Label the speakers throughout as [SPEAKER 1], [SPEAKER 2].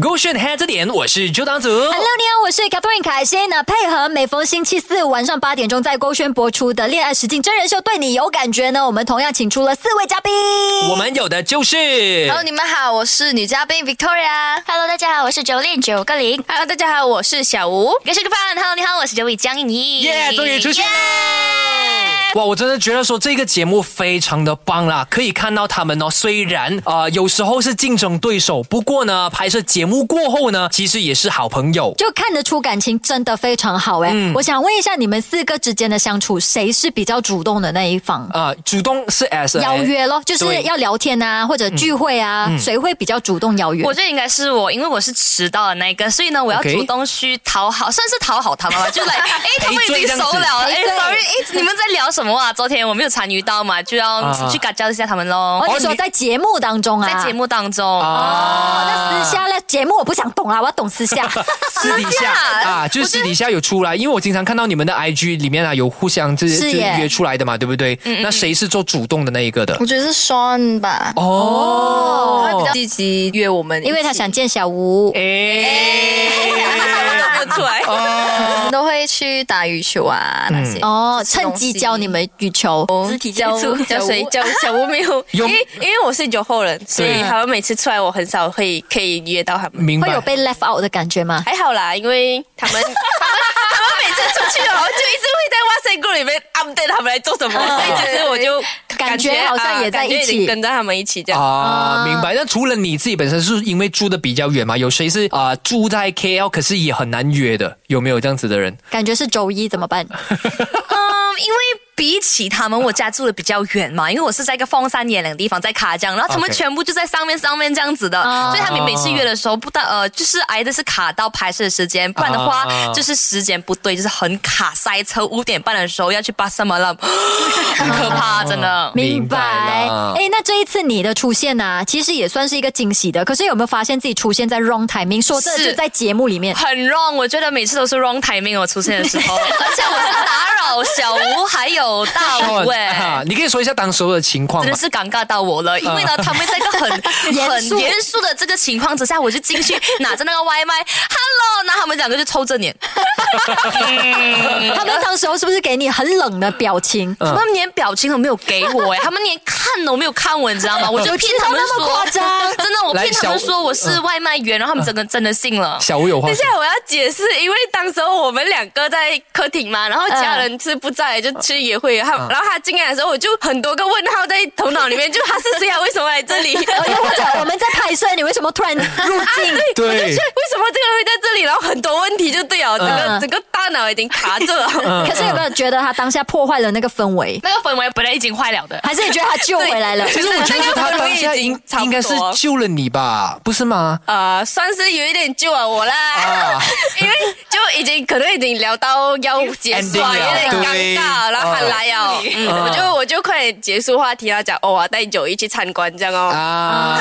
[SPEAKER 1] 勾选黑这点，我是周当组。
[SPEAKER 2] Hello，你好，我是 Catherine 凯欣。那配合每逢星期四晚上八点钟在勾轩播出的恋爱实境真人秀，对你有感觉呢？我们同样请出了四位嘉宾。
[SPEAKER 1] 我们有的就是
[SPEAKER 3] Hello，你们好，我是女嘉宾 Victoria。
[SPEAKER 4] Hello，大家好，我是九恋九个零，
[SPEAKER 3] Hello，大家好，我是小吴。
[SPEAKER 4] 我是个饭。Hello，你好，我是九尾江映怡。
[SPEAKER 1] 耶终于出现了哇，我真的觉得说这个节目非常的棒啦！可以看到他们哦，虽然呃有时候是竞争对手，不过呢，拍摄节目过后呢，其实也是好朋友。
[SPEAKER 2] 就看得出感情真的非常好哎、我想问一下，你们四个之间的相处，谁是比较主动的那一方？
[SPEAKER 1] 呃，主动是呃 S
[SPEAKER 2] 邀约咯，就是
[SPEAKER 1] 对
[SPEAKER 2] 要聊天啊，或者聚会啊，谁会比较主动邀约？
[SPEAKER 4] 我觉得应该是我，因为我是迟到的那一个，所以呢，我要
[SPEAKER 1] OK
[SPEAKER 4] 主动去讨好算是讨好他 们吧，就来，哎，他们已
[SPEAKER 1] 赔罪这
[SPEAKER 4] 经
[SPEAKER 1] 样
[SPEAKER 4] 熟
[SPEAKER 1] 子
[SPEAKER 4] 了，哎
[SPEAKER 2] 赔罪
[SPEAKER 4] ，sorry，哎，你们在聊什么啊？昨天我没有参与到嘛，就要
[SPEAKER 1] 啊哦
[SPEAKER 4] 去感教一下他们喽
[SPEAKER 2] 我。哦跟你说，在节目当中啊，
[SPEAKER 4] 在节目当中，
[SPEAKER 1] 啊
[SPEAKER 2] 哦，那私下呢？节目我不想懂啊啦，我要懂私下。
[SPEAKER 1] 私底下啊，就是私底下有出来，因为我经常看到你们的 IG 里面啊，有互相就是是
[SPEAKER 2] 耶嗯
[SPEAKER 1] 约出来的嘛，对不对？那谁是做主动的那一个的
[SPEAKER 3] 我？觉得是 Sean 吧，他比
[SPEAKER 1] 哦
[SPEAKER 3] 较，积极约我们一起，
[SPEAKER 2] 因为他 想见小吴，
[SPEAKER 1] 哎，
[SPEAKER 4] 看不出来。
[SPEAKER 1] 哦
[SPEAKER 3] 我们都会去打羽球啊那些。
[SPEAKER 2] 哦，
[SPEAKER 3] 吃东
[SPEAKER 2] 趁
[SPEAKER 3] 西
[SPEAKER 2] 机教你们羽球。
[SPEAKER 4] 肢体接
[SPEAKER 5] 教
[SPEAKER 4] 触，
[SPEAKER 5] 教谁教小吴没有，因
[SPEAKER 1] 有
[SPEAKER 5] 为因为我是酒后人，所以
[SPEAKER 1] 对
[SPEAKER 5] 他们每次出来我很少会可以约到他们。
[SPEAKER 1] 明
[SPEAKER 2] 会有
[SPEAKER 1] 白。
[SPEAKER 2] 被 left out 的感觉吗？
[SPEAKER 4] 哎
[SPEAKER 5] 还好啦，因为他 们他们他们每次出去哦，就一直会在 WhatsApp group 里面 update 他们来做什么，
[SPEAKER 4] 嗯
[SPEAKER 5] 所以其实我就
[SPEAKER 2] 感觉好像也在
[SPEAKER 5] 啊感觉
[SPEAKER 2] 一起
[SPEAKER 5] 已经跟着他们一起这样。
[SPEAKER 1] 啊，明白。那除了你自己本身是因为住的比较远嘛，有谁是啊、住在 KL 可是也很难约的？有没有这样子的人？
[SPEAKER 2] 感觉是周一怎么办？
[SPEAKER 4] 嗯，因为比起他们，我家住的比较远嘛，因为我是在一个荒山野岭的地方，在卡江，然后他们
[SPEAKER 5] 哦
[SPEAKER 1] OK
[SPEAKER 4] 全部就在上面上面这样子的所以他们每次约的时候不到呃，就是挨的是卡到拍摄的时间，不然的话、
[SPEAKER 5] 哦
[SPEAKER 1] 啊
[SPEAKER 4] 就是时间不对，就是很卡塞车，五点半的时候要去巴塞马拉， 很可怕，真的。
[SPEAKER 1] 明白啦
[SPEAKER 2] 哎，那这一次你的出现呢、啊，其实也算是一个惊喜的。可是有没有发现自己出现在 wrong timing？说这就是在节目里面。
[SPEAKER 4] 很 wrong，我觉得每次都是 wrong timing 我出现的时候， 而且我是打扰小吴还有大吴 哎、
[SPEAKER 1] 啊，你可以说一下当时候的情况
[SPEAKER 4] 真
[SPEAKER 1] 吗
[SPEAKER 4] 的？是尴尬到我了，因为呢，他们在一个 很
[SPEAKER 2] 嗯严肃
[SPEAKER 4] 很严肃的这个情况之下，我就进去拿着那个外卖，Hello，那他们两个就抽着脸，
[SPEAKER 2] 他们当时候是不是给你很冷的表情？
[SPEAKER 4] 他们连表情都没有给我，哎，他们连看都没有看我，你知道吗？我 就骗他们
[SPEAKER 2] 有知道那么
[SPEAKER 4] 说
[SPEAKER 2] 夸，张
[SPEAKER 4] 真的，我
[SPEAKER 1] 来
[SPEAKER 4] 骗他们
[SPEAKER 1] 小
[SPEAKER 4] 说我是
[SPEAKER 2] 嗯
[SPEAKER 4] 外卖员，然后他们真的真的信了。
[SPEAKER 1] 小吴有话
[SPEAKER 5] 等一
[SPEAKER 1] 说
[SPEAKER 5] 下，我要解释，因为当时候我们两个在客厅嘛，然后家人是不在，就去约会。他、然后他进来的时候，我就很多个问号在头脑里面，就他是谁啊？为什么来这里？
[SPEAKER 2] 呃又或者 我们在拍摄，你为什么突然入境？
[SPEAKER 1] 对
[SPEAKER 5] 我就觉得为什么这个人会在这里？然后很多问题就对了，整个、
[SPEAKER 2] 嗯
[SPEAKER 5] 整个大脑已经卡住了。
[SPEAKER 2] 可是有没有觉得他当下破坏了那个氛围？
[SPEAKER 4] 那个氛围本来已经坏了的，
[SPEAKER 2] 还是你觉得他救回来了？
[SPEAKER 1] 其实我觉 得他当下应
[SPEAKER 5] 差不多
[SPEAKER 1] 应该是救了你吧，不是吗？
[SPEAKER 5] 呃，算是有一点救了我啦，
[SPEAKER 1] 啊
[SPEAKER 5] 因为就已经可能已经聊到要结束
[SPEAKER 1] Ending
[SPEAKER 5] 啊，
[SPEAKER 1] 了
[SPEAKER 5] 有点尴尬，
[SPEAKER 1] 对
[SPEAKER 5] 然后他来啊，嗯
[SPEAKER 1] 嗯
[SPEAKER 5] 我就我就快点结束话题，他讲哦，我要带九一去参观这样哦。
[SPEAKER 1] 啊，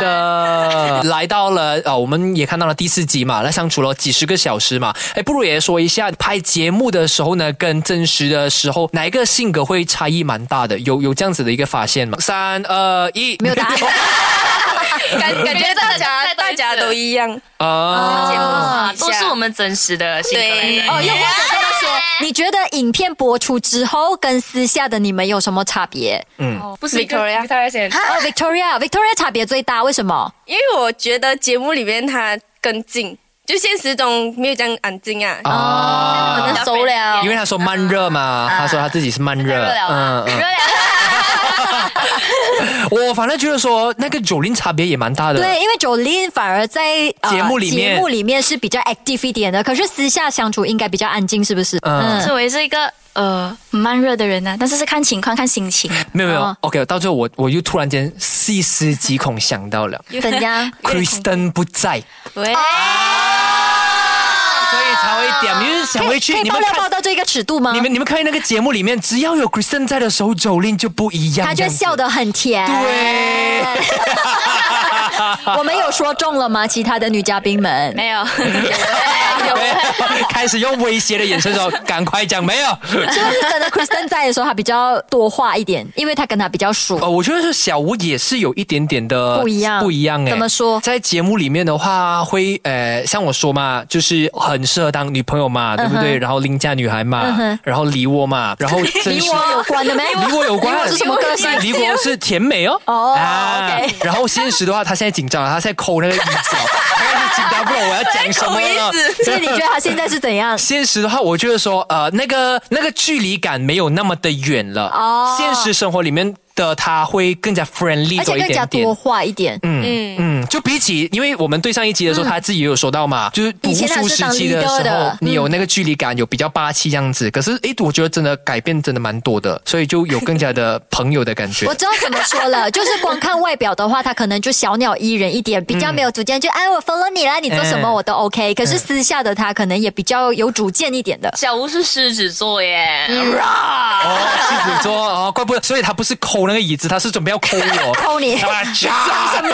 [SPEAKER 1] 真的，来到了啊，我们也看到了第四集嘛，那相处了几十个小时嘛，哎，不如也说一下拍节目的时候呢，跟真实的时候哪一个性格会差异蛮大的？有有这样子的一个发现吗？三二一，
[SPEAKER 2] 没有答案。
[SPEAKER 5] 感 感觉大家
[SPEAKER 4] 再多
[SPEAKER 5] 大
[SPEAKER 4] 一次
[SPEAKER 5] 家都一样，
[SPEAKER 1] 啊，
[SPEAKER 4] 啊，都是我们真实的性格来的。
[SPEAKER 2] 哦，
[SPEAKER 1] 嗯
[SPEAKER 2] 又或者这么 说，你觉得影片播出之后跟私下的你们有什么差别？
[SPEAKER 5] 不
[SPEAKER 4] 嗯
[SPEAKER 5] 是 Victoria，
[SPEAKER 1] 啊
[SPEAKER 4] 啊
[SPEAKER 2] 哦，Victoria，Victoria 差别最大，为什么？
[SPEAKER 5] 因为我觉得节目里面他更静，就现实中没有这样安静啊。
[SPEAKER 1] 啊，
[SPEAKER 2] 哦
[SPEAKER 3] 我们熟了
[SPEAKER 1] 因，为他说慢热嘛，
[SPEAKER 2] 啊
[SPEAKER 1] 他说他自己是慢热，嗯嗯， 我反正觉得说那个九零差别也蛮大的，
[SPEAKER 2] 对，因为 Jolin 反而在、呃
[SPEAKER 1] 节目里面
[SPEAKER 2] 节目里面是比较 active 一点的，可是私下相处应该比较安静，是不是？
[SPEAKER 1] 嗯
[SPEAKER 2] 嗯，
[SPEAKER 6] 所以我也是一个呃慢热的人呐、但是是看情况、看心情。
[SPEAKER 1] 没有没有、
[SPEAKER 2] 哦
[SPEAKER 1] o k 到最后我我又突然间细思极恐想到了
[SPEAKER 2] 嗯怎 样？
[SPEAKER 1] ，Kristen 不在，
[SPEAKER 2] 啊
[SPEAKER 6] 喂，
[SPEAKER 1] 所以才会点，就是想回去
[SPEAKER 2] 可以
[SPEAKER 1] 你
[SPEAKER 2] 爆
[SPEAKER 1] 们
[SPEAKER 2] 料
[SPEAKER 1] 看
[SPEAKER 2] 爆到这个尺度吗？
[SPEAKER 1] 你们你们看那个节目里面，只要有 Kristen 在的时候，Jolin 就不一样，
[SPEAKER 2] 他就笑
[SPEAKER 1] 的
[SPEAKER 2] 得很甜。
[SPEAKER 1] 对。
[SPEAKER 2] 我们有说中了吗？其他的女嘉宾们？
[SPEAKER 6] 没有，
[SPEAKER 1] 开始用威胁的眼神说：“ 赶快讲，没有。”
[SPEAKER 2] 就是真的 Kristen 在的时候，他比较多话一点，因为他跟他比较熟。
[SPEAKER 1] 呃，我觉得是小吴也是有一点点的
[SPEAKER 2] 不一样
[SPEAKER 1] 不一样哎、
[SPEAKER 2] 怎么说
[SPEAKER 1] 在节目里面的话，会呃，像我说嘛，就是很适合当女朋友
[SPEAKER 2] 嗯
[SPEAKER 1] 嘛，对不对？然后邻家女孩嘛，然后离窝嘛， 然后真
[SPEAKER 2] 离
[SPEAKER 1] 是
[SPEAKER 2] 嗯我有关的没？
[SPEAKER 1] 离我有关
[SPEAKER 2] 离我是什么个性？
[SPEAKER 1] 离窝是甜美哦。
[SPEAKER 2] 哦，OK
[SPEAKER 1] 然后现实的话，他现在紧张了，他现在抠那个椅子哦，他开始紧张，不知道我要讲什么了。
[SPEAKER 2] 所以你觉得他现在是怎样？
[SPEAKER 1] 现实的话，我就是说，呃，那个那个距离感没有那么的远了。
[SPEAKER 2] 哦
[SPEAKER 1] 现实生活里面的他会更加 friendly
[SPEAKER 2] 而且
[SPEAKER 1] 多一
[SPEAKER 2] 更加
[SPEAKER 1] 点点
[SPEAKER 2] 多。话一点。
[SPEAKER 1] 嗯嗯，就比起，因为我们对上一集的时候，他自己也有说到嘛，就是读
[SPEAKER 2] 嗯以前他
[SPEAKER 1] 书
[SPEAKER 2] 是
[SPEAKER 1] 时
[SPEAKER 2] 当
[SPEAKER 1] 期的时
[SPEAKER 2] leader
[SPEAKER 1] 候
[SPEAKER 2] 的，
[SPEAKER 1] 你有那个距离感，有比较霸气这样子。可是，诶，我觉得真的改变真的蛮多的，所以就有更加的朋友的感觉
[SPEAKER 2] 我。知道怎么说了，就是光看外表的话，他可能就小鸟依人一点，比较没有主见，就哎我 follow 你啦，你做什么
[SPEAKER 1] 嗯
[SPEAKER 2] 我都 OK。可是私下的他可能也比较有主见一点的。
[SPEAKER 4] 小吴是狮子座耶，
[SPEAKER 1] 哦，狮子座哦，怪不得，所以他不是抠那个椅子，他是准备要抠 我。
[SPEAKER 2] 抠你，
[SPEAKER 1] 啊
[SPEAKER 2] 什么？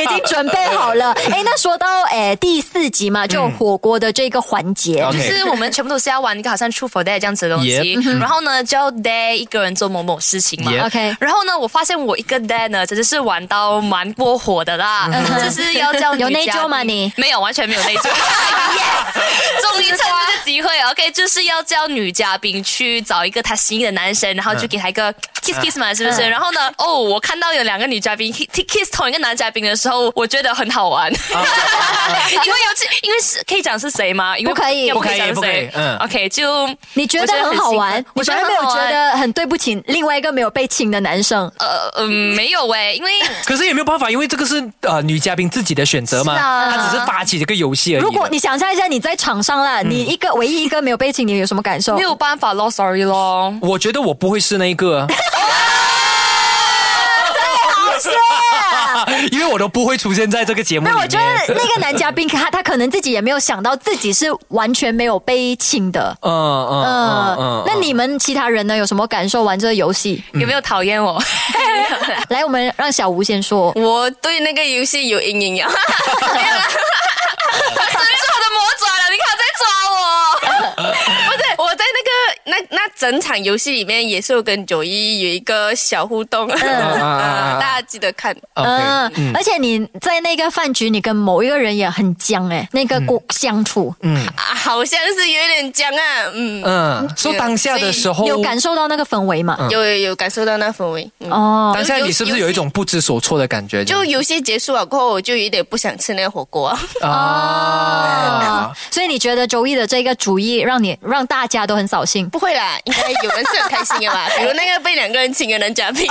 [SPEAKER 2] 已经准备好了。哎，那说到哎第四集嘛，就有火锅的这个环节，
[SPEAKER 1] OK
[SPEAKER 4] 就是我们全部都是要玩一个好像 True for Dare 这样子的东西
[SPEAKER 1] Yep
[SPEAKER 4] 然后呢，就要 Dare 一个人做某某事情嘛。
[SPEAKER 1] Yep
[SPEAKER 2] OK
[SPEAKER 4] 然后呢，我发现我一个 Dare 呢，真的是玩到蛮过火的啦，就是要叫女
[SPEAKER 2] 有内
[SPEAKER 4] 嘉
[SPEAKER 2] 疚吗
[SPEAKER 4] 宾
[SPEAKER 2] 你？
[SPEAKER 4] 没有，完全没有内 疚。yes，终于 趁这个机会，OK，就是 要叫女嘉宾去找一个她心仪的男生，然
[SPEAKER 1] 嗯
[SPEAKER 4] 后就给她一个 kiss kiss
[SPEAKER 2] 嗯
[SPEAKER 4] 嘛，是不是？然后呢，哦，我看到有两个女嘉宾 kiss kiss 同一个男嘉宾的时候，我觉得很好玩，
[SPEAKER 1] 啊
[SPEAKER 4] 因为有这，因为是可以讲是谁吗？因为
[SPEAKER 2] 不可以
[SPEAKER 4] 不可
[SPEAKER 1] 不可
[SPEAKER 4] 以
[SPEAKER 1] 以
[SPEAKER 4] 讲是
[SPEAKER 1] 不可以
[SPEAKER 4] 谁。
[SPEAKER 1] 嗯
[SPEAKER 4] 嗯，OK，就
[SPEAKER 2] 你觉得很好玩？
[SPEAKER 4] 我
[SPEAKER 2] 你
[SPEAKER 4] 觉
[SPEAKER 2] 从
[SPEAKER 4] 得
[SPEAKER 2] 来没
[SPEAKER 4] 很兴奋
[SPEAKER 2] 有
[SPEAKER 4] 我
[SPEAKER 2] 觉
[SPEAKER 4] 觉得很好玩。
[SPEAKER 2] 得很对不起另外一个没有被亲的男生？
[SPEAKER 4] 呃嗯，没有喂，因为
[SPEAKER 2] 哦
[SPEAKER 1] 可是也没有办法，因为这个是呃女嘉宾自己的选择嘛，
[SPEAKER 4] 是啊
[SPEAKER 1] 她只是发起这个游戏而已。
[SPEAKER 2] 如果你想象一下，你在场上啦，
[SPEAKER 1] 嗯
[SPEAKER 2] 你一个唯一一个没有被亲，你有什么感受
[SPEAKER 4] 没？有办法咯，sorry 咯。
[SPEAKER 1] 我觉得我不会是那一个，
[SPEAKER 2] 好谢。
[SPEAKER 1] 因为我都不会出现在这个节目里
[SPEAKER 2] 那
[SPEAKER 1] 面。
[SPEAKER 2] 我觉得那个男嘉宾他他可能自己也没有想到自己是完全没有被亲的。
[SPEAKER 1] 嗯嗯嗯
[SPEAKER 2] 嗯
[SPEAKER 1] 嗯，，
[SPEAKER 2] 那你们其他人呢？有什么感受？玩这个 游戏，
[SPEAKER 4] 有没有讨厌我？
[SPEAKER 2] 来，我们让小吴先说。
[SPEAKER 5] 我对那个游戏有阴影啊 呀。
[SPEAKER 4] 他随便抓我的魔爪了，你看他在抓我。
[SPEAKER 5] 不是，我在那个那那整场游戏里面也是有跟九一有一个小互动，
[SPEAKER 1] 嗯
[SPEAKER 5] 啊，大家记得看。
[SPEAKER 2] 呃
[SPEAKER 1] OK，嗯
[SPEAKER 2] 而且你在那个饭局，你跟某一个人也很僵哎、那个过相处，
[SPEAKER 1] 嗯
[SPEAKER 5] 啊，好像是有点僵啊，嗯，
[SPEAKER 1] 嗯，说当下的时候，
[SPEAKER 2] 有感受到那个氛围嘛？
[SPEAKER 5] 有有有感受到那氛围。嗯、
[SPEAKER 2] 哦，
[SPEAKER 1] 当下你是不是有一种不知所措的感觉？
[SPEAKER 5] 就游戏结束了过后，我就有点不想吃那个火锅。
[SPEAKER 1] 啊
[SPEAKER 2] 哦，所以你觉得周易的这个主意让你让大家都很扫兴？
[SPEAKER 5] 不会啦，应该有人是很开心的吧？比如那个被两个人请的男嘉宾。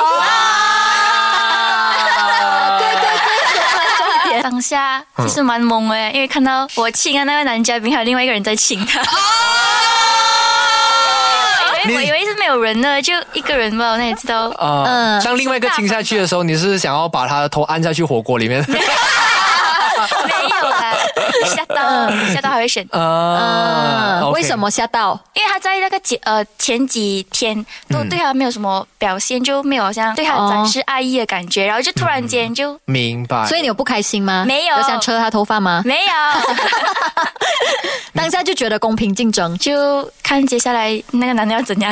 [SPEAKER 2] 啊，对对对，重点。
[SPEAKER 6] 当下其实蛮懵哎，因为看到我亲的那位男嘉宾，还有另外一个人在亲他。 我以为我以为是没有人呢，就一个人吧，我那也知道。
[SPEAKER 1] 啊！
[SPEAKER 2] 嗯
[SPEAKER 1] 当另外一个亲下去的时候，你是想要把他的头按下去火锅里面？
[SPEAKER 6] 没有啦，吓到吓到还会选，
[SPEAKER 1] 嗯啊
[SPEAKER 2] 嗯，
[SPEAKER 1] OK
[SPEAKER 2] 为什么吓到？
[SPEAKER 6] 因为他在那个节呃前几天都对他没有什么表现，就没有好像对他展示爱意的感觉，然后就突然间就
[SPEAKER 1] 明白？
[SPEAKER 2] 所以你有不开心吗？
[SPEAKER 6] 没有
[SPEAKER 2] 有想扯他头发吗？
[SPEAKER 6] 没有，
[SPEAKER 2] 当下就觉得公平竞争。
[SPEAKER 6] 就看接下来那个男的要怎样。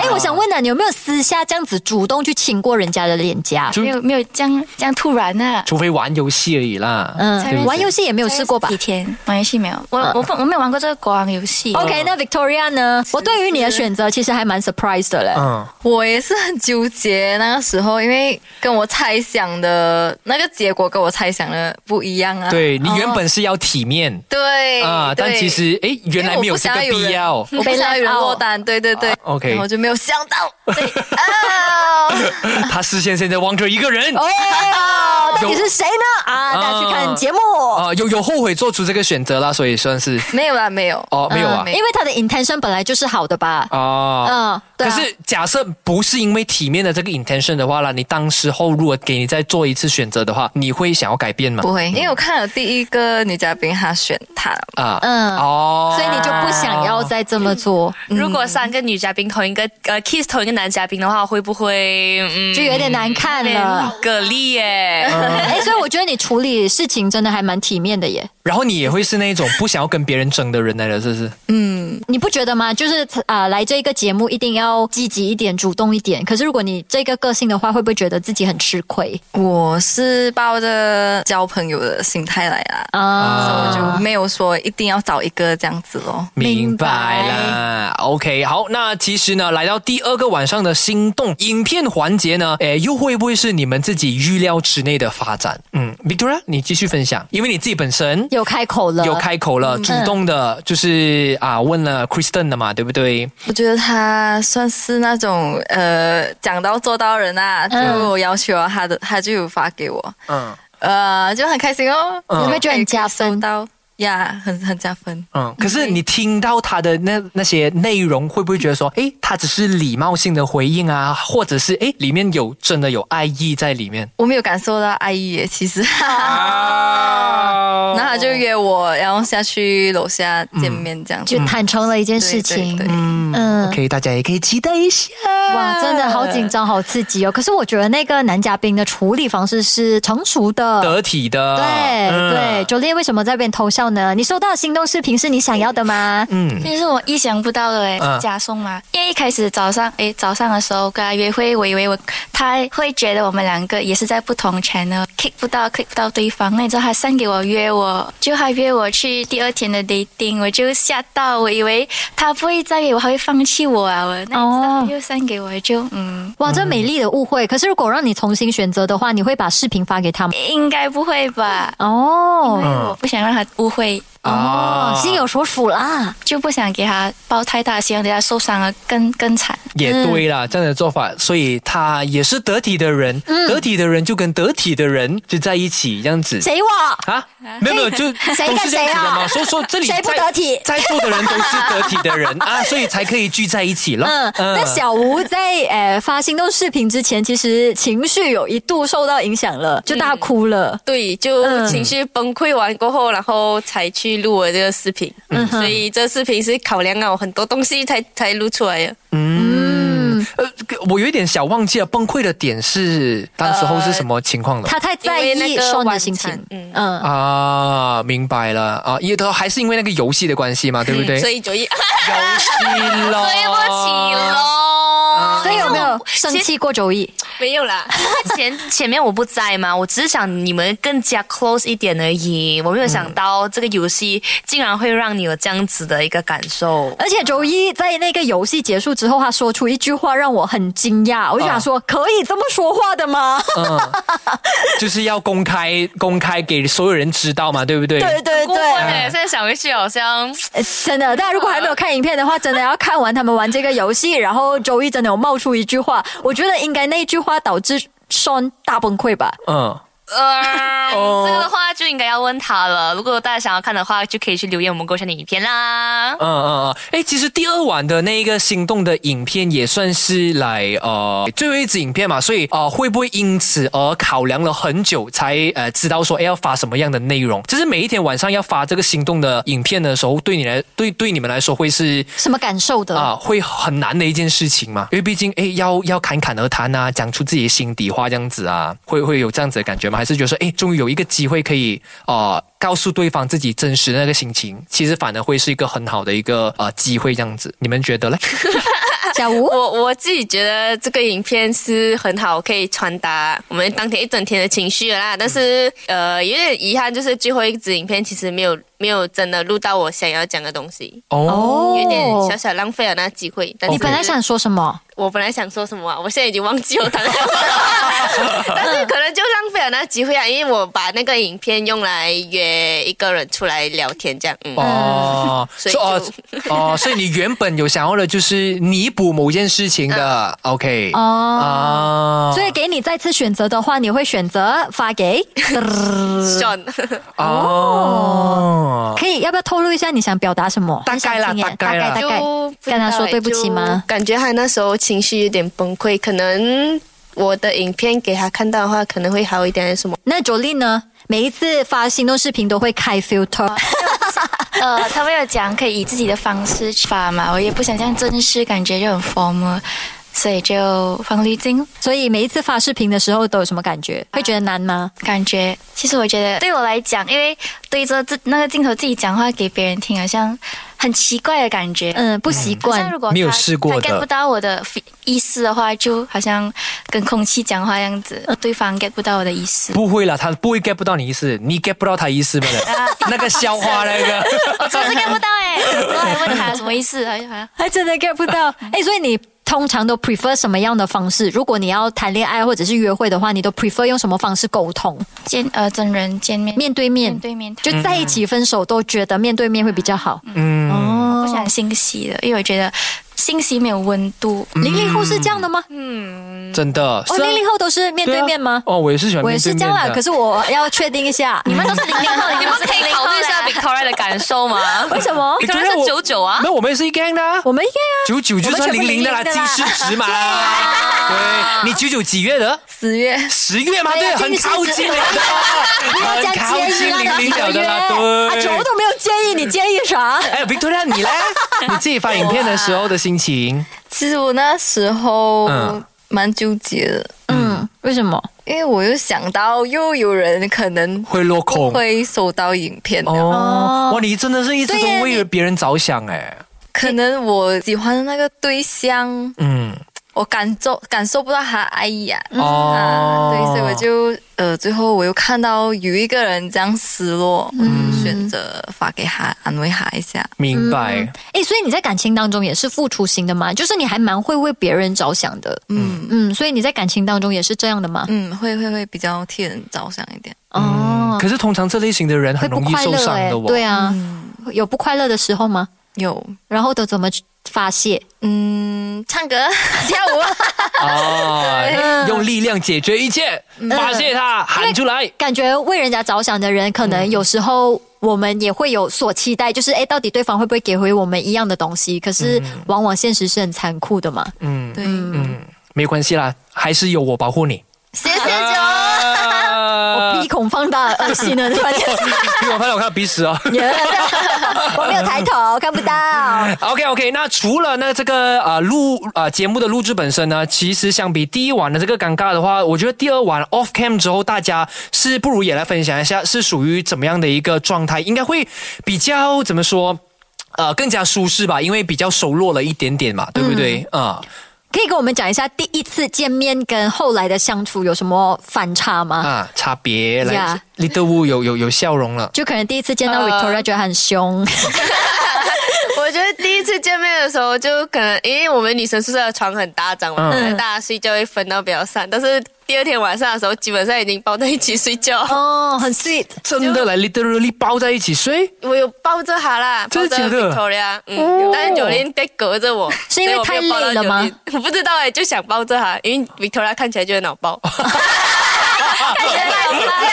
[SPEAKER 2] 哎，我想问呢，你有没有私下这样子主动去亲过人家的脸颊？
[SPEAKER 1] 就
[SPEAKER 6] 没有没有这样这样突然啊，
[SPEAKER 1] 除非玩游戏而已啦。对不
[SPEAKER 2] 嗯，
[SPEAKER 1] 对
[SPEAKER 2] 玩游戏也没有试过吧
[SPEAKER 6] 几天玩游戏没有？我我不我没有玩过这个国王游戏。
[SPEAKER 2] ？OK，那 Victoria 呢？我对于你的选择其实还蛮 surprise 的嘞。
[SPEAKER 1] 嗯，
[SPEAKER 3] 我也是很纠结那个时候，因为跟我猜想的那个结果跟我猜想的不一样啊。
[SPEAKER 1] 对你原本是要体面
[SPEAKER 2] 哦
[SPEAKER 3] 对
[SPEAKER 1] 啊，但
[SPEAKER 3] 对
[SPEAKER 1] 其实诶，原来没有这个必要。啊
[SPEAKER 3] 我不想要有人
[SPEAKER 2] Bailout
[SPEAKER 3] 落单，对对对。
[SPEAKER 1] OK
[SPEAKER 3] 然后就没有想到，对啊，
[SPEAKER 1] 他视线现在望着一个 人。
[SPEAKER 2] 哦，到底是谁呢？啊，大家去看节目。
[SPEAKER 1] 啊，有有后悔做出这个选择啦，所以算是
[SPEAKER 3] 没有啦，没有。
[SPEAKER 1] 哦，没有啊
[SPEAKER 3] 嗯，
[SPEAKER 2] 因为他的 intention 本来就是好的吧？
[SPEAKER 1] 啊。
[SPEAKER 2] 嗯，对
[SPEAKER 1] 可
[SPEAKER 2] 啊。
[SPEAKER 1] 是假设不是因为体面的这个 intention 的话啦，你当时候如果给你再做一次选择的话，你会想要改变吗？嗯
[SPEAKER 3] 不会，因为我看了第一个女嘉宾，她选她，
[SPEAKER 1] 啊，
[SPEAKER 2] 嗯
[SPEAKER 1] 哦，
[SPEAKER 2] 所以你就不想要再这么做，
[SPEAKER 3] 嗯
[SPEAKER 4] 如果三个女嘉宾同一个呃 kiss 同一个男嘉宾的话，会不会嗯
[SPEAKER 2] 就有点难看了。
[SPEAKER 4] 蛤蜊耶？
[SPEAKER 1] 嗯
[SPEAKER 2] 哎，所以我觉得你处理事情真的还蛮体面的耶。
[SPEAKER 1] 然后你也会是那一种不想要跟别人争的人来了，是不是？
[SPEAKER 2] 你不觉得吗？就是啊、呃来这个节目一定要积极一点、主动一点。可是如果你这个个性的话，会不会觉得自己很吃亏
[SPEAKER 3] 我是抱着交朋友的心态来啦，
[SPEAKER 2] 啊？
[SPEAKER 3] 我就没有说一定要找一个这样子咯。
[SPEAKER 1] 明白啦，OK，好，那其实呢，来到第二个晚上的心动影片环节呢，诶，又会不会是你们自己预料之内的发展？嗯，Victoria，你继续分享，因为你自己本身
[SPEAKER 2] 有开口了，
[SPEAKER 1] 有开口了，主动的，
[SPEAKER 3] 嗯
[SPEAKER 1] 就是啊，问了 Kristen 的嘛，对不对？
[SPEAKER 3] 我觉得他算是那种呃讲到做到的人啊，就
[SPEAKER 2] 嗯
[SPEAKER 3] 我要求啊他的，他就有发给我，
[SPEAKER 1] 嗯
[SPEAKER 3] 呃，就很开心哦，
[SPEAKER 1] 嗯
[SPEAKER 2] 你会觉得很加
[SPEAKER 3] 收
[SPEAKER 2] 分？
[SPEAKER 3] 到呀很很加分。
[SPEAKER 1] 嗯，可是你听到他的那那些内容，会不会觉得说，诶，他只是礼貌性的回应啊，或者是诶，里面有真的有爱意在里面？
[SPEAKER 3] 我没有感受到爱意耶，其实。
[SPEAKER 1] 啊
[SPEAKER 3] 然后他就约我，然后下去楼下见面这样子。
[SPEAKER 2] 就坦诚了一件
[SPEAKER 3] 对
[SPEAKER 2] 事情。
[SPEAKER 3] 对对
[SPEAKER 1] 嗯
[SPEAKER 2] 嗯
[SPEAKER 1] ，OK，大家也可以期待一下。
[SPEAKER 2] 哇，真的好紧张，好刺激哦！可是我觉得那个男嘉宾的处理方式是成熟的。
[SPEAKER 1] 得嗯体的，
[SPEAKER 2] 哦对、对，j o l i e 为什么在这边偷笑呢？你收到的心动视频是你想要的吗？
[SPEAKER 1] 嗯
[SPEAKER 6] 这是我意想不到的诶，
[SPEAKER 1] 嗯
[SPEAKER 6] 加送嘛，因为一开始早上诶，早上的时候跟他约会，我以为我他会觉得我们两个也是在不同 channel，kick 不到 kick 不到对方，那你知道他删给我约我，就他约我去第二天的 dating，我就吓到，我以为他不会再约我，他会放弃我啊，我那你知道
[SPEAKER 2] 哦
[SPEAKER 6] 他又删给我就嗯，
[SPEAKER 2] 哇，这美丽的误会。可是如果让你重新选择的话，你会把视频发给他吗？
[SPEAKER 6] 应该不会吧？因为
[SPEAKER 2] 哦
[SPEAKER 6] 我不想让他误会，
[SPEAKER 2] 哦，
[SPEAKER 1] 啊
[SPEAKER 5] 啊
[SPEAKER 2] 心有所属啦。
[SPEAKER 6] 就不想给他抱太大希望，等下受伤了更更惨。
[SPEAKER 1] 也对
[SPEAKER 2] 嗯
[SPEAKER 1] 啦，这样的做法，所以他也是得体的人，得体的人就跟得体的人就在一起，这样子。
[SPEAKER 2] 谁我？
[SPEAKER 1] 啊，没有没有，就
[SPEAKER 2] 谁
[SPEAKER 1] 都
[SPEAKER 2] 跟
[SPEAKER 1] 是这
[SPEAKER 2] 谁
[SPEAKER 1] 样子的
[SPEAKER 2] 啊
[SPEAKER 1] 嘛。所以说这里
[SPEAKER 2] 谁不
[SPEAKER 1] 在
[SPEAKER 2] 得体
[SPEAKER 1] 在座的人都是得体的人 啊，所以才可以聚在一起了。
[SPEAKER 5] 啊
[SPEAKER 2] 嗯，那小吴在呃发心动视频之前，其实情绪有一度受到影响
[SPEAKER 5] 嗯
[SPEAKER 2] 了，就大哭了。
[SPEAKER 5] 对，就情绪崩溃完过后，然后才去录我这个视频，所以这视频是考量了我很多东西才才录出来的。
[SPEAKER 2] 嗯，
[SPEAKER 1] 呃，我有一点小忘记了，崩溃的点是当时候是什么情况了？
[SPEAKER 2] 他太在
[SPEAKER 5] 因为
[SPEAKER 2] 意
[SPEAKER 5] 那个
[SPEAKER 2] 双的
[SPEAKER 5] 晚
[SPEAKER 2] 心
[SPEAKER 5] 餐
[SPEAKER 2] 情。
[SPEAKER 5] 嗯
[SPEAKER 2] 嗯，
[SPEAKER 1] 啊，明白了啊，因为都还是因为那个游戏的关系嘛，对
[SPEAKER 2] 嗯
[SPEAKER 1] 不对？
[SPEAKER 5] 所以九一，
[SPEAKER 1] 游戏 咯，
[SPEAKER 4] 对不起喽。
[SPEAKER 2] 所以有没有生气过周易？
[SPEAKER 5] 没有啦，
[SPEAKER 4] 前前面我不在嘛，我只是想你们更加 close 一点而已。我没有想到这个游戏竟然会让你有这样子的一个感受。
[SPEAKER 2] 而且周一在那个游戏结束之后，他说出一句话让我很惊讶，我就想说，
[SPEAKER 5] 哦
[SPEAKER 2] 可以这么说话的吗？
[SPEAKER 1] 就是要公开公开给所有人知道嘛，对不对？
[SPEAKER 2] 对 对
[SPEAKER 4] 过分
[SPEAKER 2] 对，
[SPEAKER 4] 哎、现在想回去好像
[SPEAKER 2] 呃真的。大家如果还没有看影片的话，真的要看完他们玩这个游戏，然后周一真的有冒出一句话，我觉得应该那句话导致 Sean 大崩溃吧。
[SPEAKER 1] 嗯，
[SPEAKER 4] 呃，
[SPEAKER 1] 哦
[SPEAKER 4] 这个的话就应该要问他了。如果大家想要看的话，就可以去留言我们勾选的影片啦
[SPEAKER 1] 嗯。嗯嗯，哎，其实第二晚的那一个心动的影片也算是来呃最后一支影片嘛，所以呃会不会因此而考量了很久才呃知道说哎要发什么样的内容？就是每一天晚上要发这个心动的影片的时候，对你来对对你们来说会是
[SPEAKER 2] 什么感受的？
[SPEAKER 1] 啊，会很难的一件事情嘛，因为毕竟诶，要要侃侃而谈啊，讲出自己的心底话这样子啊，会会有这样子的感觉吗？还是觉得说，诶，终于有一个机会可以呃告诉对方自己真实的那个心情，其实反而会是一个很好的一个呃机会这样子，你们觉得嘞？
[SPEAKER 2] 小吴，
[SPEAKER 5] 我我自己觉得这个影片是很好，可以传达我们当天一整天的情绪啦。但是呃，有点遗憾，就是最后一支影片其实没有没有真的录到我想要讲的东西，
[SPEAKER 1] 哦，
[SPEAKER 5] 有点小小浪费了那机会。但是
[SPEAKER 2] 你本来想说什么？
[SPEAKER 5] 我本来想说什么啊，我现在已经忘记我刚才 说什么，但是可能就浪费了那机会啊，因为我把那个影片用来约一个人出来聊天这样，嗯。
[SPEAKER 1] 哦，
[SPEAKER 5] 所以
[SPEAKER 1] 说哦哦，所以你原本有想要的就是弥补某件事情的，OK，
[SPEAKER 2] 哦。
[SPEAKER 1] 啊，
[SPEAKER 2] 所以给你再次选择的话，你会选择发给？
[SPEAKER 1] 啊
[SPEAKER 5] Sean，
[SPEAKER 1] 哦，
[SPEAKER 2] 可以，要不要透露一下你想表达什么？
[SPEAKER 1] 大概啦
[SPEAKER 2] 很想听耶
[SPEAKER 1] 大概啦
[SPEAKER 2] 大概 大概
[SPEAKER 5] 就不知道
[SPEAKER 2] 跟他说
[SPEAKER 5] 欸
[SPEAKER 2] 对不起吗？
[SPEAKER 5] 就感觉他那时候情绪有点崩溃，可能我的影片给他看到的话，可能会好一点。什么？
[SPEAKER 2] 那 Jolin 呢？每一次发行动视频都会开
[SPEAKER 5] 啊
[SPEAKER 2] filter，
[SPEAKER 6] 呃，他为了讲可以以自己的方式发嘛，我也不想这样正式，感觉就很 formal。所以就放滤镜。
[SPEAKER 2] 所以每一次发视频的时候都有什么感觉？会觉得难吗？
[SPEAKER 6] 感觉其实我觉得对我来讲，因为对着自那个镜头自己讲话给别人听，好像很奇怪的感觉。
[SPEAKER 2] 嗯，不习
[SPEAKER 6] 好像
[SPEAKER 2] 惯。
[SPEAKER 6] 如果他
[SPEAKER 1] 没有试过的
[SPEAKER 6] 他 get 不到我的 fe- 意思的话，就好像跟空气讲话样子，对方 get 不到我的意思。
[SPEAKER 1] 不会啦，他不会 get 不到你意思，你 get 不到他意思 不那个笑话那个，
[SPEAKER 6] 我总是 get 不到哎、欸，我还问他什么意思，好像好像
[SPEAKER 2] 还真的 get 不到。哎、所以你通常都 prefer 什么样的方式？如果你要谈恋爱或者是约会的话，你都 prefer 用什么方式沟通？
[SPEAKER 6] 见呃真人见面
[SPEAKER 2] 面对面，
[SPEAKER 6] 面对面谈，
[SPEAKER 2] 就在一起分手都觉得面对面会比较好。
[SPEAKER 1] 嗯，
[SPEAKER 6] 我不想信息的，因为我觉得信息没有温度。
[SPEAKER 2] 零零后是这样的吗？
[SPEAKER 1] 真的，
[SPEAKER 2] 哦，
[SPEAKER 1] 是啊
[SPEAKER 2] 零零后都是面对面吗？
[SPEAKER 1] 对啊哦，我也是喜欢
[SPEAKER 2] 我
[SPEAKER 1] 面
[SPEAKER 2] 也
[SPEAKER 1] 对
[SPEAKER 2] 是
[SPEAKER 1] 面
[SPEAKER 2] 这
[SPEAKER 1] 的。
[SPEAKER 2] 样啦，可是我要确定一下，你
[SPEAKER 6] 你
[SPEAKER 2] 们
[SPEAKER 6] 们都是零零后，你
[SPEAKER 4] 你们可以考虑一下 Victoria 的感受 吗？
[SPEAKER 2] 为什么？
[SPEAKER 1] 你
[SPEAKER 4] 可能是九九啊。
[SPEAKER 1] 那我们也是一 gang 的啊，
[SPEAKER 2] 我们应该啊，
[SPEAKER 1] 九九就算零零的啦，
[SPEAKER 2] 我们
[SPEAKER 1] 金
[SPEAKER 2] 全部
[SPEAKER 1] 市值嘛。 对，你九九几月的？
[SPEAKER 3] 十月
[SPEAKER 1] 十月吗？
[SPEAKER 2] 对
[SPEAKER 1] 对，
[SPEAKER 2] 啊
[SPEAKER 1] 很
[SPEAKER 2] 金狮子
[SPEAKER 1] 靠 近了，
[SPEAKER 2] 大
[SPEAKER 1] 很
[SPEAKER 2] 家
[SPEAKER 1] 靠
[SPEAKER 2] 介
[SPEAKER 1] 近
[SPEAKER 2] 意
[SPEAKER 1] 零
[SPEAKER 2] 那
[SPEAKER 1] 零
[SPEAKER 2] 几
[SPEAKER 1] 了
[SPEAKER 2] 个
[SPEAKER 1] 的
[SPEAKER 2] 月，
[SPEAKER 1] 啦，
[SPEAKER 2] 啊，
[SPEAKER 1] 对。
[SPEAKER 2] 九都没有介意，你介意啥？
[SPEAKER 1] 哎，Victoria，你嘞？ 你自己发影片的时候的心情，
[SPEAKER 3] 其实我那时候
[SPEAKER 1] 嗯
[SPEAKER 3] 蛮纠结的，
[SPEAKER 2] 嗯，为什么？
[SPEAKER 3] 因为我又想到又有人可能
[SPEAKER 1] 会落空
[SPEAKER 3] 会收到影片的，
[SPEAKER 1] 哦。哇，你真的是一直都
[SPEAKER 2] 对呀
[SPEAKER 1] 为
[SPEAKER 2] 你
[SPEAKER 1] 了别人着想哎。
[SPEAKER 3] 可能我喜欢的那个对象，
[SPEAKER 1] 嗯，
[SPEAKER 3] 我感受感受不到他爱意啊。啊，
[SPEAKER 1] 哦
[SPEAKER 3] 对，所以我就呃，最后我又看到有一个人这样失落，
[SPEAKER 1] 嗯
[SPEAKER 3] 我就选择发给他安慰他一下。
[SPEAKER 1] 明白。
[SPEAKER 2] 哎，所以你在感情当中也是付出型的吗？就是你还蛮会为别人着想的。嗯嗯，所以你在感情当中也是这样的吗？
[SPEAKER 3] 嗯，会会会比较替人着想一点。
[SPEAKER 2] 哦，
[SPEAKER 1] 可是通常这类型的人
[SPEAKER 2] 会
[SPEAKER 1] 很
[SPEAKER 2] 不
[SPEAKER 1] 容易
[SPEAKER 2] 快
[SPEAKER 1] 受
[SPEAKER 2] 乐
[SPEAKER 1] 伤
[SPEAKER 2] 哎
[SPEAKER 1] 的，哦。
[SPEAKER 2] 对啊，有不快乐的时候吗？
[SPEAKER 3] 有，
[SPEAKER 2] 然后都怎么去发泄？
[SPEAKER 3] 嗯，唱歌、 跳舞，
[SPEAKER 1] 哦，用力量解决一切，发泄它，喊出来。
[SPEAKER 2] 感觉为人家着想的人，可能有时候我们也会有所期待，就是哎诶，到底对方会不会给回我们一样的东西？可是往往现实是很残酷的嘛。
[SPEAKER 1] 嗯
[SPEAKER 3] 对，
[SPEAKER 1] 嗯，没关系啦，还是有我保护你。
[SPEAKER 3] 谢谢九。
[SPEAKER 1] 啊
[SPEAKER 2] 我哦鼻孔放大，恶心了，突然间，
[SPEAKER 1] 比我拍到我看到鼻屎哦。
[SPEAKER 2] 我没有抬头，看不到。
[SPEAKER 1] OK OK，那 除了呢这个呃录呃节目的录制本身呢，其实相比第一晚的这个尴尬的话，我觉得第二晚 off cam 之后，大家是不如也来分享一呃下是属于怎么样的一个状态，应该会比较怎么说？呃，更加舒适吧，因为比较熟络了一点点嘛，对不对？啊、
[SPEAKER 2] 可以跟我们讲一下第一次见面跟后来的相处有什么反差吗？
[SPEAKER 1] 啊，差别来
[SPEAKER 2] Yeah
[SPEAKER 1] ，Little Wu 有有有笑容了，
[SPEAKER 2] 就可能第一次见到 Victoria 觉得很凶，
[SPEAKER 5] 我觉得第一次见面的时候，就可能因为我们女生宿舍的床很大张嘛，
[SPEAKER 1] 嗯
[SPEAKER 5] 可能大家睡觉会分到比较散，但是第二天晚上的时候，基本上已经抱在一起睡觉。
[SPEAKER 2] 哦，很 sweet。
[SPEAKER 1] 真的来 literally 抱在一起睡，
[SPEAKER 5] 我有抱着他啦，
[SPEAKER 1] 真
[SPEAKER 5] 抱
[SPEAKER 1] 的
[SPEAKER 5] 着
[SPEAKER 1] 假的
[SPEAKER 5] Victoria，嗯，但是九零在隔着我，
[SPEAKER 2] 是因为
[SPEAKER 5] 所以我没有抱到
[SPEAKER 2] 太累了吗
[SPEAKER 5] Jolene？我不 知道哎，就想抱着他，因为 Victoria 看起来就很脑 爆。
[SPEAKER 1] 哦
[SPEAKER 2] 啊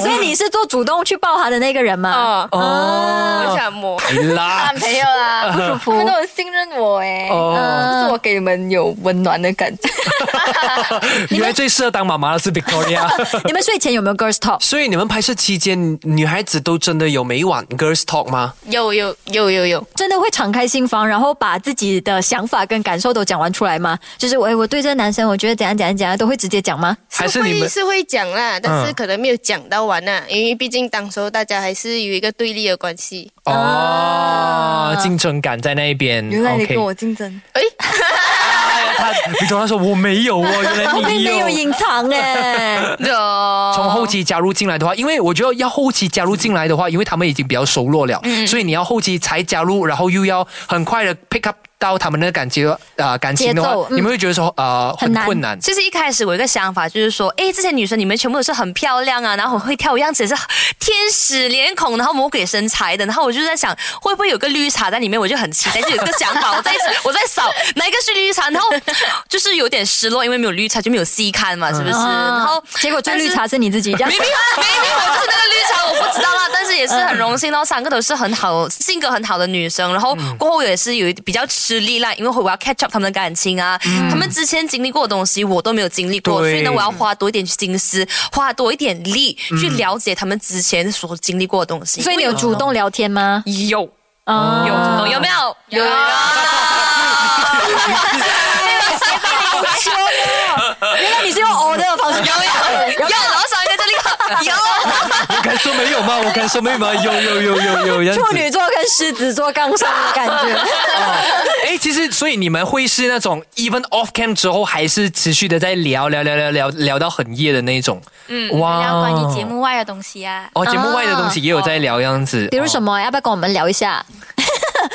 [SPEAKER 2] 所以你是做主动去抱他的那个人吗？
[SPEAKER 5] 哦，我
[SPEAKER 1] 哦，
[SPEAKER 5] 想摸。
[SPEAKER 1] 哎啦
[SPEAKER 3] 啊，，没 有啦，不舒
[SPEAKER 2] 服
[SPEAKER 3] 你们都很信任我哎、
[SPEAKER 1] 哦
[SPEAKER 3] 嗯就是我给你们有温暖的感觉。
[SPEAKER 1] 原来最适合当妈妈的是 Victoria。
[SPEAKER 2] 你们睡前有没有 girls talk？
[SPEAKER 1] 所以你们拍摄期间，女孩子都真的有每晚 girls talk 吗？
[SPEAKER 5] 有有有有有，
[SPEAKER 2] 真的会敞开心房，然后把自己的想法跟感受都讲完出来吗？就是哎我、诶我对这个男生，我觉得怎样怎样怎样，都会直接讲吗？
[SPEAKER 1] 还是你
[SPEAKER 5] 会
[SPEAKER 1] 们
[SPEAKER 5] 是会讲啦，但是
[SPEAKER 1] 嗯
[SPEAKER 5] 可能没有讲到完呐、因为毕竟当时候大家还是有一个对立的关系。
[SPEAKER 1] 哦，竞争感在那一边？
[SPEAKER 3] 原来你跟
[SPEAKER 1] OK
[SPEAKER 3] 我竞争，
[SPEAKER 1] 哎他，你总要说我没有哦，原
[SPEAKER 2] 后
[SPEAKER 1] 来
[SPEAKER 2] 面
[SPEAKER 1] 你
[SPEAKER 2] 没有
[SPEAKER 1] 有。
[SPEAKER 2] 隐藏哎、
[SPEAKER 4] 啊
[SPEAKER 1] 从后期加入进来的话，因为我觉得要后期加入进来的话，因为他们已经比较熟络了，所以你要后期才加入，然后又要很快的 pick up 到他们的感觉啊、呃、感情的话
[SPEAKER 2] 节奏，嗯
[SPEAKER 1] 你们会觉得说呃
[SPEAKER 2] 很
[SPEAKER 1] 很
[SPEAKER 2] 难
[SPEAKER 1] 困难。
[SPEAKER 4] 其实一开始我有一个想法，就是说，诶，这些女生你们全部都是很漂亮啊，然后很会跳舞，样子也是天使脸孔，然后魔鬼身材的。然后我就在想，会不会有个绿茶在里面？我就很期待，就有一个想法， 我在我在扫哪一个是绿茶，然后就是有点失落，因为没有绿茶就没有 C 看嘛，是不是？
[SPEAKER 2] 啊
[SPEAKER 4] 然后
[SPEAKER 2] 结果追绿
[SPEAKER 4] 但是
[SPEAKER 2] 茶是你自己这样
[SPEAKER 4] 明。明明明我就是那个绿茶，我不知道啦，但是也是很荣幸咯，三个都是很好性格很好的女生，然后过后也是有一比较吃力啦，因为我要 catch up 他们的感情啊，他们之前经历过的东西我都没有经历过，所
[SPEAKER 1] 对
[SPEAKER 4] 以呢，我要花多一点心思，花多一点力去了解他们之前所经历过的东西。
[SPEAKER 2] 所以你有主动聊天吗？
[SPEAKER 4] 有
[SPEAKER 2] 啊
[SPEAKER 4] 有主动有没有？有。
[SPEAKER 5] 有
[SPEAKER 4] 啊没有谁
[SPEAKER 2] 羞哦！原来你是用 order 的方式，有有
[SPEAKER 4] 有老少爷的那个有。
[SPEAKER 1] 我敢说没有吗？我敢说没有吗？有有有有有，这样子
[SPEAKER 2] 处女座跟狮子座杠上的感觉。
[SPEAKER 1] 哎，其实所以你们会是那种 even off cam 之后还是持续的在聊聊聊聊聊聊到很夜的那种，嗯，哇
[SPEAKER 6] 聊关于节目外的东西啊。
[SPEAKER 1] 哦，节目外的东西也有在聊这样子，
[SPEAKER 2] 比如什
[SPEAKER 1] 么？
[SPEAKER 2] 么？要不要跟我们聊一下？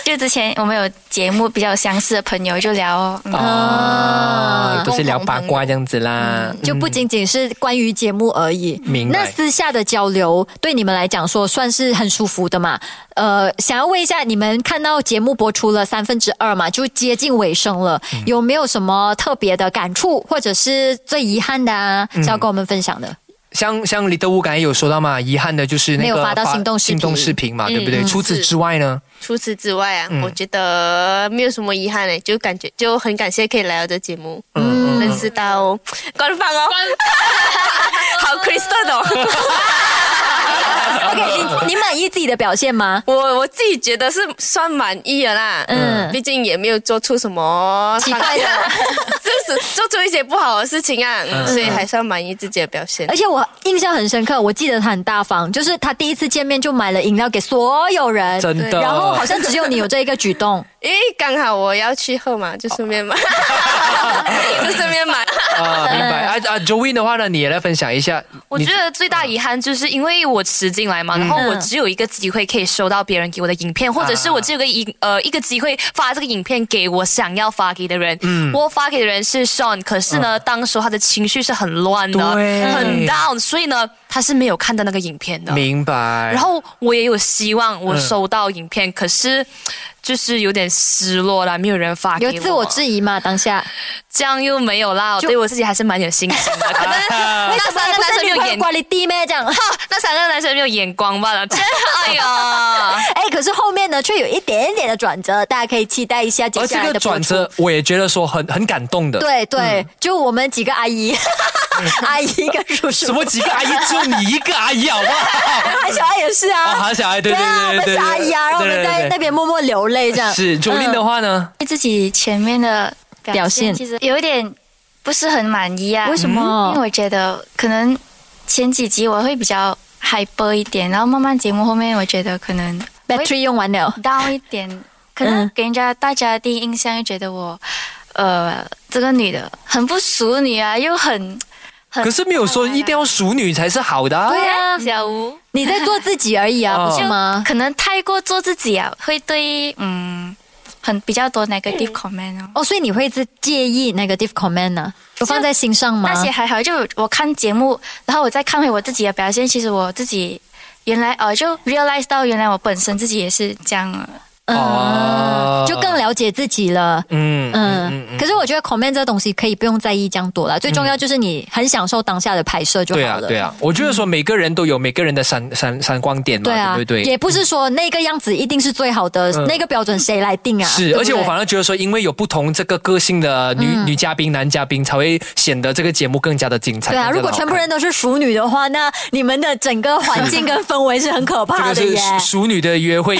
[SPEAKER 6] 就之前我们有节目比较相似的朋友就聊，嗯
[SPEAKER 1] 啊，哦都是聊八卦这样子啦，
[SPEAKER 2] 就不仅仅是关于节目而已。
[SPEAKER 1] 明白
[SPEAKER 2] 那私下的交流对你们来讲说算是很舒服的嘛？呃，想要问一下，你们看到节目播出了三分之二嘛，就接近尾声了，有没有什么特别的感触，或者是最遗憾的啊，是要跟我们分享 的？
[SPEAKER 1] 像像李德武刚才有说到嘛，遗憾的就是那
[SPEAKER 2] 没
[SPEAKER 1] 个
[SPEAKER 2] 有发到心动视频
[SPEAKER 1] 心
[SPEAKER 2] 嗯
[SPEAKER 1] 动视频嘛，对不对？除此之外 呢，
[SPEAKER 5] 除此之外
[SPEAKER 1] 嗯
[SPEAKER 5] 啊，我觉得没有什么遗憾嘞，就感觉就很感谢可以来到这节目，嗯，认识到官方哦， 好 Crystal 哦，
[SPEAKER 2] 啊 OK，你你满意自己的表现吗？
[SPEAKER 5] 我我自己觉得是算满意的啦，
[SPEAKER 2] 嗯
[SPEAKER 5] 嗯，毕竟也没有做出什么
[SPEAKER 2] 奇 怪的，
[SPEAKER 5] 就是做出一些不好的事情啊，嗯所以还算满意自己的表现
[SPEAKER 2] 而。且我印象很深刻，我记得他很大方，就是他第一次见面就买了饮料给所有人，
[SPEAKER 1] 真的
[SPEAKER 2] 然后好像只有你有这一个 举动，
[SPEAKER 5] 因为刚好我要去喝嘛，就顺便买，就顺便买。
[SPEAKER 1] 啊，明白啊啊，Joey 的话呢，你也来分享一下，
[SPEAKER 4] 我
[SPEAKER 1] 你嗯
[SPEAKER 4] 觉得最大遗憾就是因为我迟进来嘛，然后我只有一个机会可以收到别人给我的影片，或
[SPEAKER 1] 啊
[SPEAKER 4] 者是我只有个影呃一个机会发这个影片给我想要发给的人。
[SPEAKER 1] 嗯
[SPEAKER 4] 我发给的人是 Sean，可是呢，当时候他的情绪是很乱的，
[SPEAKER 1] 对
[SPEAKER 4] 很 down，所以呢，他是没有看到那个影片的。
[SPEAKER 1] 明白，
[SPEAKER 4] 然后我也有希望我收到影片，可是就是有点失落啦，没有人
[SPEAKER 1] 啊
[SPEAKER 4] 发给
[SPEAKER 2] 有
[SPEAKER 4] 我，
[SPEAKER 2] 自我质疑嘛？当下
[SPEAKER 4] 这样又没有啦，我对我自己还是蛮有信心 的。可能
[SPEAKER 1] 啊
[SPEAKER 4] 那三个男生没有眼
[SPEAKER 2] 管理弟妹这样。
[SPEAKER 4] 那三个男生没有眼光罢了。 哎呀，
[SPEAKER 2] 哎，可是后面呢，却有一点点的转折，大家可以期待一下接
[SPEAKER 1] 而哦这
[SPEAKER 2] 下来
[SPEAKER 1] 个
[SPEAKER 2] 的播
[SPEAKER 1] 转
[SPEAKER 2] 出。
[SPEAKER 1] 折，嗯我也觉得说很很感动的。
[SPEAKER 2] 对对，就我们几个 阿姨，阿姨跟叔叔，
[SPEAKER 1] 什么几个阿姨，只有你一个阿姨，好不 好？
[SPEAKER 2] 韩小爱也是啊，
[SPEAKER 1] 啊，韩小爱，对对
[SPEAKER 2] 啊，我
[SPEAKER 1] 对
[SPEAKER 2] 们
[SPEAKER 1] 对对，
[SPEAKER 2] 是阿姨啊，然后我们在那
[SPEAKER 1] 边
[SPEAKER 2] 边默默流泪这样。嗯
[SPEAKER 1] 是 j o 的话呢？
[SPEAKER 6] 对自己前面的
[SPEAKER 2] 表
[SPEAKER 6] 表
[SPEAKER 2] 现
[SPEAKER 6] 现其实有一点不是很满意啊。
[SPEAKER 2] 为什么
[SPEAKER 6] 因为我觉得可能前几集我会比较 hyper 一点，然后慢慢节目后面我觉得可能
[SPEAKER 2] battery 用完了，
[SPEAKER 6] down 一点，可能给人家大家的第一印象就觉得我，呃，这个女的很不淑女啊，又很很
[SPEAKER 1] 可是没有说一定要熟女才是好的啊。
[SPEAKER 2] 嗯对啊，
[SPEAKER 3] 小吴，
[SPEAKER 2] 你在做自己而已啊，
[SPEAKER 1] 哦
[SPEAKER 2] 不是吗？
[SPEAKER 6] 可能太过做自己啊，会对嗯很比较多 negative comment 哦。
[SPEAKER 2] 哦，所以你会是介意 negative comment 呢、有放在心上吗？
[SPEAKER 6] 那些还好，就我看节目，然后我再看回我自己的表现，其实我自己原来哦，就 realize 到原来我本身自己也是这样啊的。
[SPEAKER 1] 哦
[SPEAKER 2] 嗯，就更了解自己了。
[SPEAKER 1] 嗯嗯
[SPEAKER 2] 嗯，
[SPEAKER 1] 嗯嗯，
[SPEAKER 2] 可是我觉得 comment 这东西可以不用在意这样多啦，最重要就是你很享受当下的拍摄就
[SPEAKER 1] 对
[SPEAKER 2] 好
[SPEAKER 1] 啊
[SPEAKER 2] 了。
[SPEAKER 1] 对啊，我觉得说每个人都有每个人的闪闪闪光点
[SPEAKER 2] 对
[SPEAKER 1] 嘛，
[SPEAKER 2] 啊，
[SPEAKER 1] 对不对？
[SPEAKER 2] 也不是说那个样子一定是最好的，
[SPEAKER 1] 嗯
[SPEAKER 2] 那个标准谁来定啊？对
[SPEAKER 1] 是，
[SPEAKER 2] 不对嗯
[SPEAKER 1] 而且我反而觉得说，因为有不同这个个性的女女嘉宾、男嘉宾，才会显得这个节目更加的精彩。
[SPEAKER 2] 对啊，
[SPEAKER 1] 更加
[SPEAKER 2] 如
[SPEAKER 1] 地
[SPEAKER 2] 果
[SPEAKER 1] 好
[SPEAKER 2] 全部
[SPEAKER 1] 看
[SPEAKER 2] 人都是熟女的话，那你们的整个环境跟氛围是很可
[SPEAKER 1] 这个
[SPEAKER 2] 怕的
[SPEAKER 1] 是
[SPEAKER 2] 耶。
[SPEAKER 1] 熟熟女的约 会，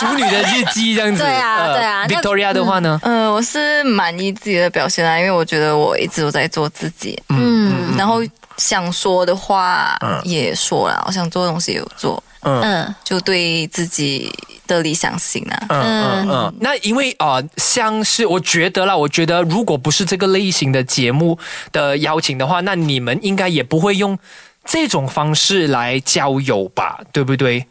[SPEAKER 1] 熟女的日记这样子。
[SPEAKER 2] 对啊
[SPEAKER 1] 呃
[SPEAKER 2] 对啊那
[SPEAKER 1] Victoria 的话呢？
[SPEAKER 3] 嗯、我是满意自己的表现啊，因为我觉得我一直都在做自己，
[SPEAKER 2] 嗯
[SPEAKER 3] 然后想说的话也说了，我想做的东西也有做，
[SPEAKER 2] 嗯
[SPEAKER 3] 就对自己的理想型啊，
[SPEAKER 1] 嗯嗯嗯，那因为啊、呃像是我觉得啦，我觉得如果不是这个类型的节目的邀请的话，那你们应该也不会用这种方式来交友吧，对不对？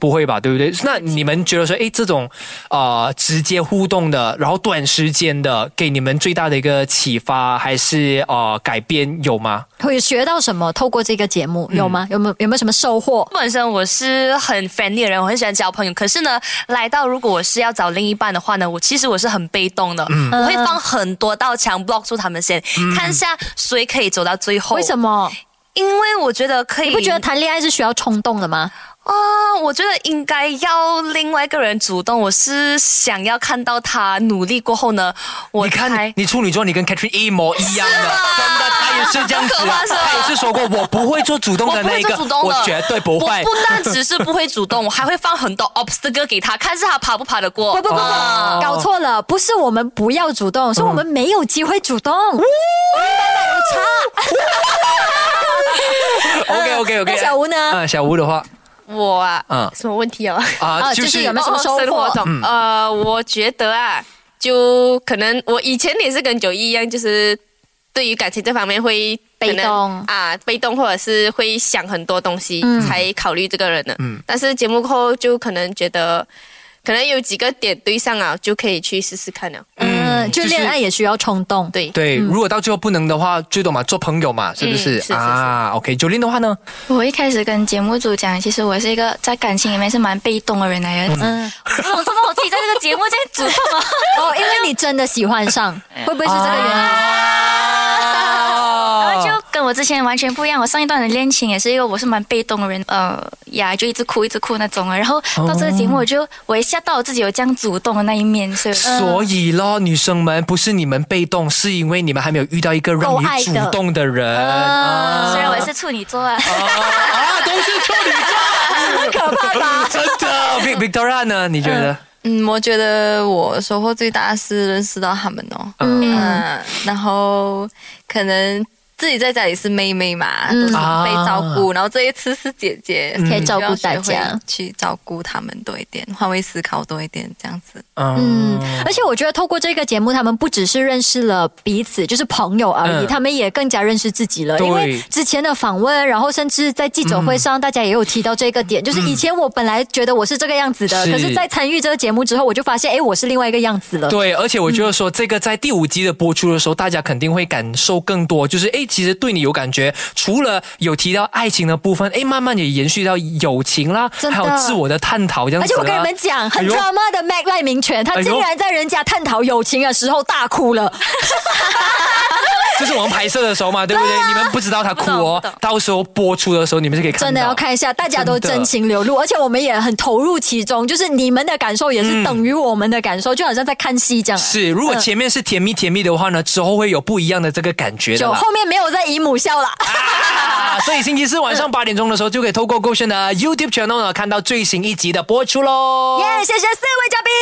[SPEAKER 1] 不会吧，对不对？那你们觉得说，诶，这种呃直接互动的，然后短时间的，给你们最大的一个启发还是呃改变有吗？
[SPEAKER 2] 会学到什么？透过这个节目有
[SPEAKER 1] 嗯
[SPEAKER 2] 吗？有没有有没有什么收获？
[SPEAKER 4] 本身我是很 friendly 的人，我很喜欢交朋友。可是呢，来到如果我是要找另一半的话呢，我其实我是很被动的，
[SPEAKER 1] 嗯
[SPEAKER 4] 我会放很多道墙 block 住他们先，看一下谁可以走到最后。
[SPEAKER 2] 为什？么？
[SPEAKER 4] 因为我觉得可以，
[SPEAKER 2] 嗯你不觉得谈恋爱是需要冲动的吗？
[SPEAKER 4] 啊、我觉得应该要另外一个人主动。我是想要看到他努力过后呢，我
[SPEAKER 1] 你看
[SPEAKER 4] 才，
[SPEAKER 1] 你处女座，你跟 Catherine 一模一样的，啊真的，他也是这样子啊
[SPEAKER 4] 很可怕是吧
[SPEAKER 1] 他也是说过我不会做主动
[SPEAKER 4] 我
[SPEAKER 1] 的
[SPEAKER 4] 不
[SPEAKER 1] 那
[SPEAKER 4] 会
[SPEAKER 1] 一
[SPEAKER 4] 做
[SPEAKER 1] 个，
[SPEAKER 4] 主动的，
[SPEAKER 1] 绝对不会。
[SPEAKER 4] 我不但只是不会主动，我还会放很多 obstacle 给他，看是他爬不爬得过。
[SPEAKER 2] 哦不不不不，嗯搞错了，不是我们不要主动，是我们没有机会主动。
[SPEAKER 1] OK OK OK。
[SPEAKER 2] 那小吴呢
[SPEAKER 1] 嗯，小吴的话
[SPEAKER 5] 我啊，
[SPEAKER 1] 嗯
[SPEAKER 5] 什么问题啊？
[SPEAKER 1] 啊，
[SPEAKER 2] 啊
[SPEAKER 1] 就
[SPEAKER 2] 就是
[SPEAKER 1] 是
[SPEAKER 2] 有没有什么收获
[SPEAKER 5] 生活中，呃，我觉得啊，就可能我以前也是跟九一一样，就是对于感情这方面会
[SPEAKER 2] 被
[SPEAKER 5] 可能
[SPEAKER 2] 动
[SPEAKER 5] 啊，被动或者是会想很多东西、
[SPEAKER 2] 嗯
[SPEAKER 5] 才考虑这个人的。
[SPEAKER 1] 嗯
[SPEAKER 5] 但是节目过后就可能觉得，可能有几个点对上啊，就可以去试试看了。
[SPEAKER 2] 嗯，就
[SPEAKER 1] 就是
[SPEAKER 2] 恋爱也需要冲动。
[SPEAKER 5] 对，
[SPEAKER 1] 对，如果到最后不能的话，最多嘛做朋友嘛，是不是
[SPEAKER 5] 嗯是是
[SPEAKER 1] 啊？OK，九零的话呢？
[SPEAKER 6] 我一开始跟节目组讲，其实我是一个在感情里面是蛮被动的人来的。
[SPEAKER 2] 嗯，
[SPEAKER 4] 我怎么我自己在这个节目在主动啊？
[SPEAKER 2] 哦，因为你真的喜欢上， 会不会是这个原因？
[SPEAKER 6] 然后
[SPEAKER 1] 啊
[SPEAKER 6] 就跟我之前完全不一样，我上一段的恋情也是因为我是蛮被动的人，呃呀，就一直哭一直哭那种啊。然后到这个节目，我就我一下到我自己有这样主动的那一面，所以
[SPEAKER 1] 所以咯，女生们不是你们被动，是因为你们还没有遇到一个让
[SPEAKER 2] 够爱
[SPEAKER 1] 你
[SPEAKER 2] 的
[SPEAKER 1] 主动的人。
[SPEAKER 2] 啊
[SPEAKER 6] 虽然
[SPEAKER 1] 啊
[SPEAKER 6] 我也是处女座啊，
[SPEAKER 1] 啊，都是处女座，很可怕吧？真的，Vic Victoria 呢？你觉得？
[SPEAKER 3] 嗯，我觉得我收获最大是认识到他们哦。
[SPEAKER 1] 嗯
[SPEAKER 3] 嗯，然后可能自己在家里是妹妹嘛，
[SPEAKER 2] 嗯
[SPEAKER 3] 都是
[SPEAKER 1] 啊
[SPEAKER 3] 被照顾，然后这一次是姐姐，
[SPEAKER 1] 嗯
[SPEAKER 2] 可以照
[SPEAKER 3] 就要
[SPEAKER 2] 顾
[SPEAKER 3] 学
[SPEAKER 2] 大
[SPEAKER 3] 会
[SPEAKER 2] 家。
[SPEAKER 3] 去照顾他们多一点，换位思考多一点，这样子。
[SPEAKER 2] 嗯，而且我觉得透过这个节目，他们不只是认识了彼此，就是朋友而已，
[SPEAKER 1] 嗯
[SPEAKER 2] 他们也更加认识自己了。
[SPEAKER 1] 对
[SPEAKER 2] 因为之前的访问，然后甚至在记者会上，大家也有提到这个点，就是以前我本来觉得我是这个样子的，
[SPEAKER 1] 嗯是
[SPEAKER 2] 可是在参与这个节目之后，我就发现，哎，我是另外一个样子了。
[SPEAKER 1] 对，而且我觉得说这个在第五集的播出的时候，大家肯定会感受更多，就是诶，其实对你有感觉，除了有提到爱情的部分，诶，慢慢也延续到友情啦，
[SPEAKER 2] 真的
[SPEAKER 1] 还有自我的探讨这样
[SPEAKER 2] 而
[SPEAKER 1] 子
[SPEAKER 2] 且
[SPEAKER 1] 啦。
[SPEAKER 2] 我跟你们讲，很
[SPEAKER 1] 哎呦
[SPEAKER 2] drama 的 Mac 赖明权，他
[SPEAKER 1] 哎呦
[SPEAKER 2] 竟然在人家探讨友情的时候大哭了。
[SPEAKER 1] 这是我们拍摄的时候嘛，对不 对？
[SPEAKER 2] 啊
[SPEAKER 1] 你们不知道他哭哦，到时候播出的时候你们是可以看到。
[SPEAKER 2] 真的要看一下，大家都
[SPEAKER 1] 真的
[SPEAKER 2] 真情流露，而且我们也很投入其中，就是你们的感受也是等于我们的感受，就好像在看戏这样啊。
[SPEAKER 1] 嗯是，如果前面是甜蜜甜蜜的话呢，之后会有不一样的这个感觉的
[SPEAKER 2] 就
[SPEAKER 1] 啦。
[SPEAKER 2] 后面没有再姨母笑了。
[SPEAKER 1] 啊 所以星期四晚上八点钟的时候，就可以透过 g o 的 YouTube channel 呢，看到最新一集的播出喽。
[SPEAKER 2] 耶，谢谢四位嘉宾。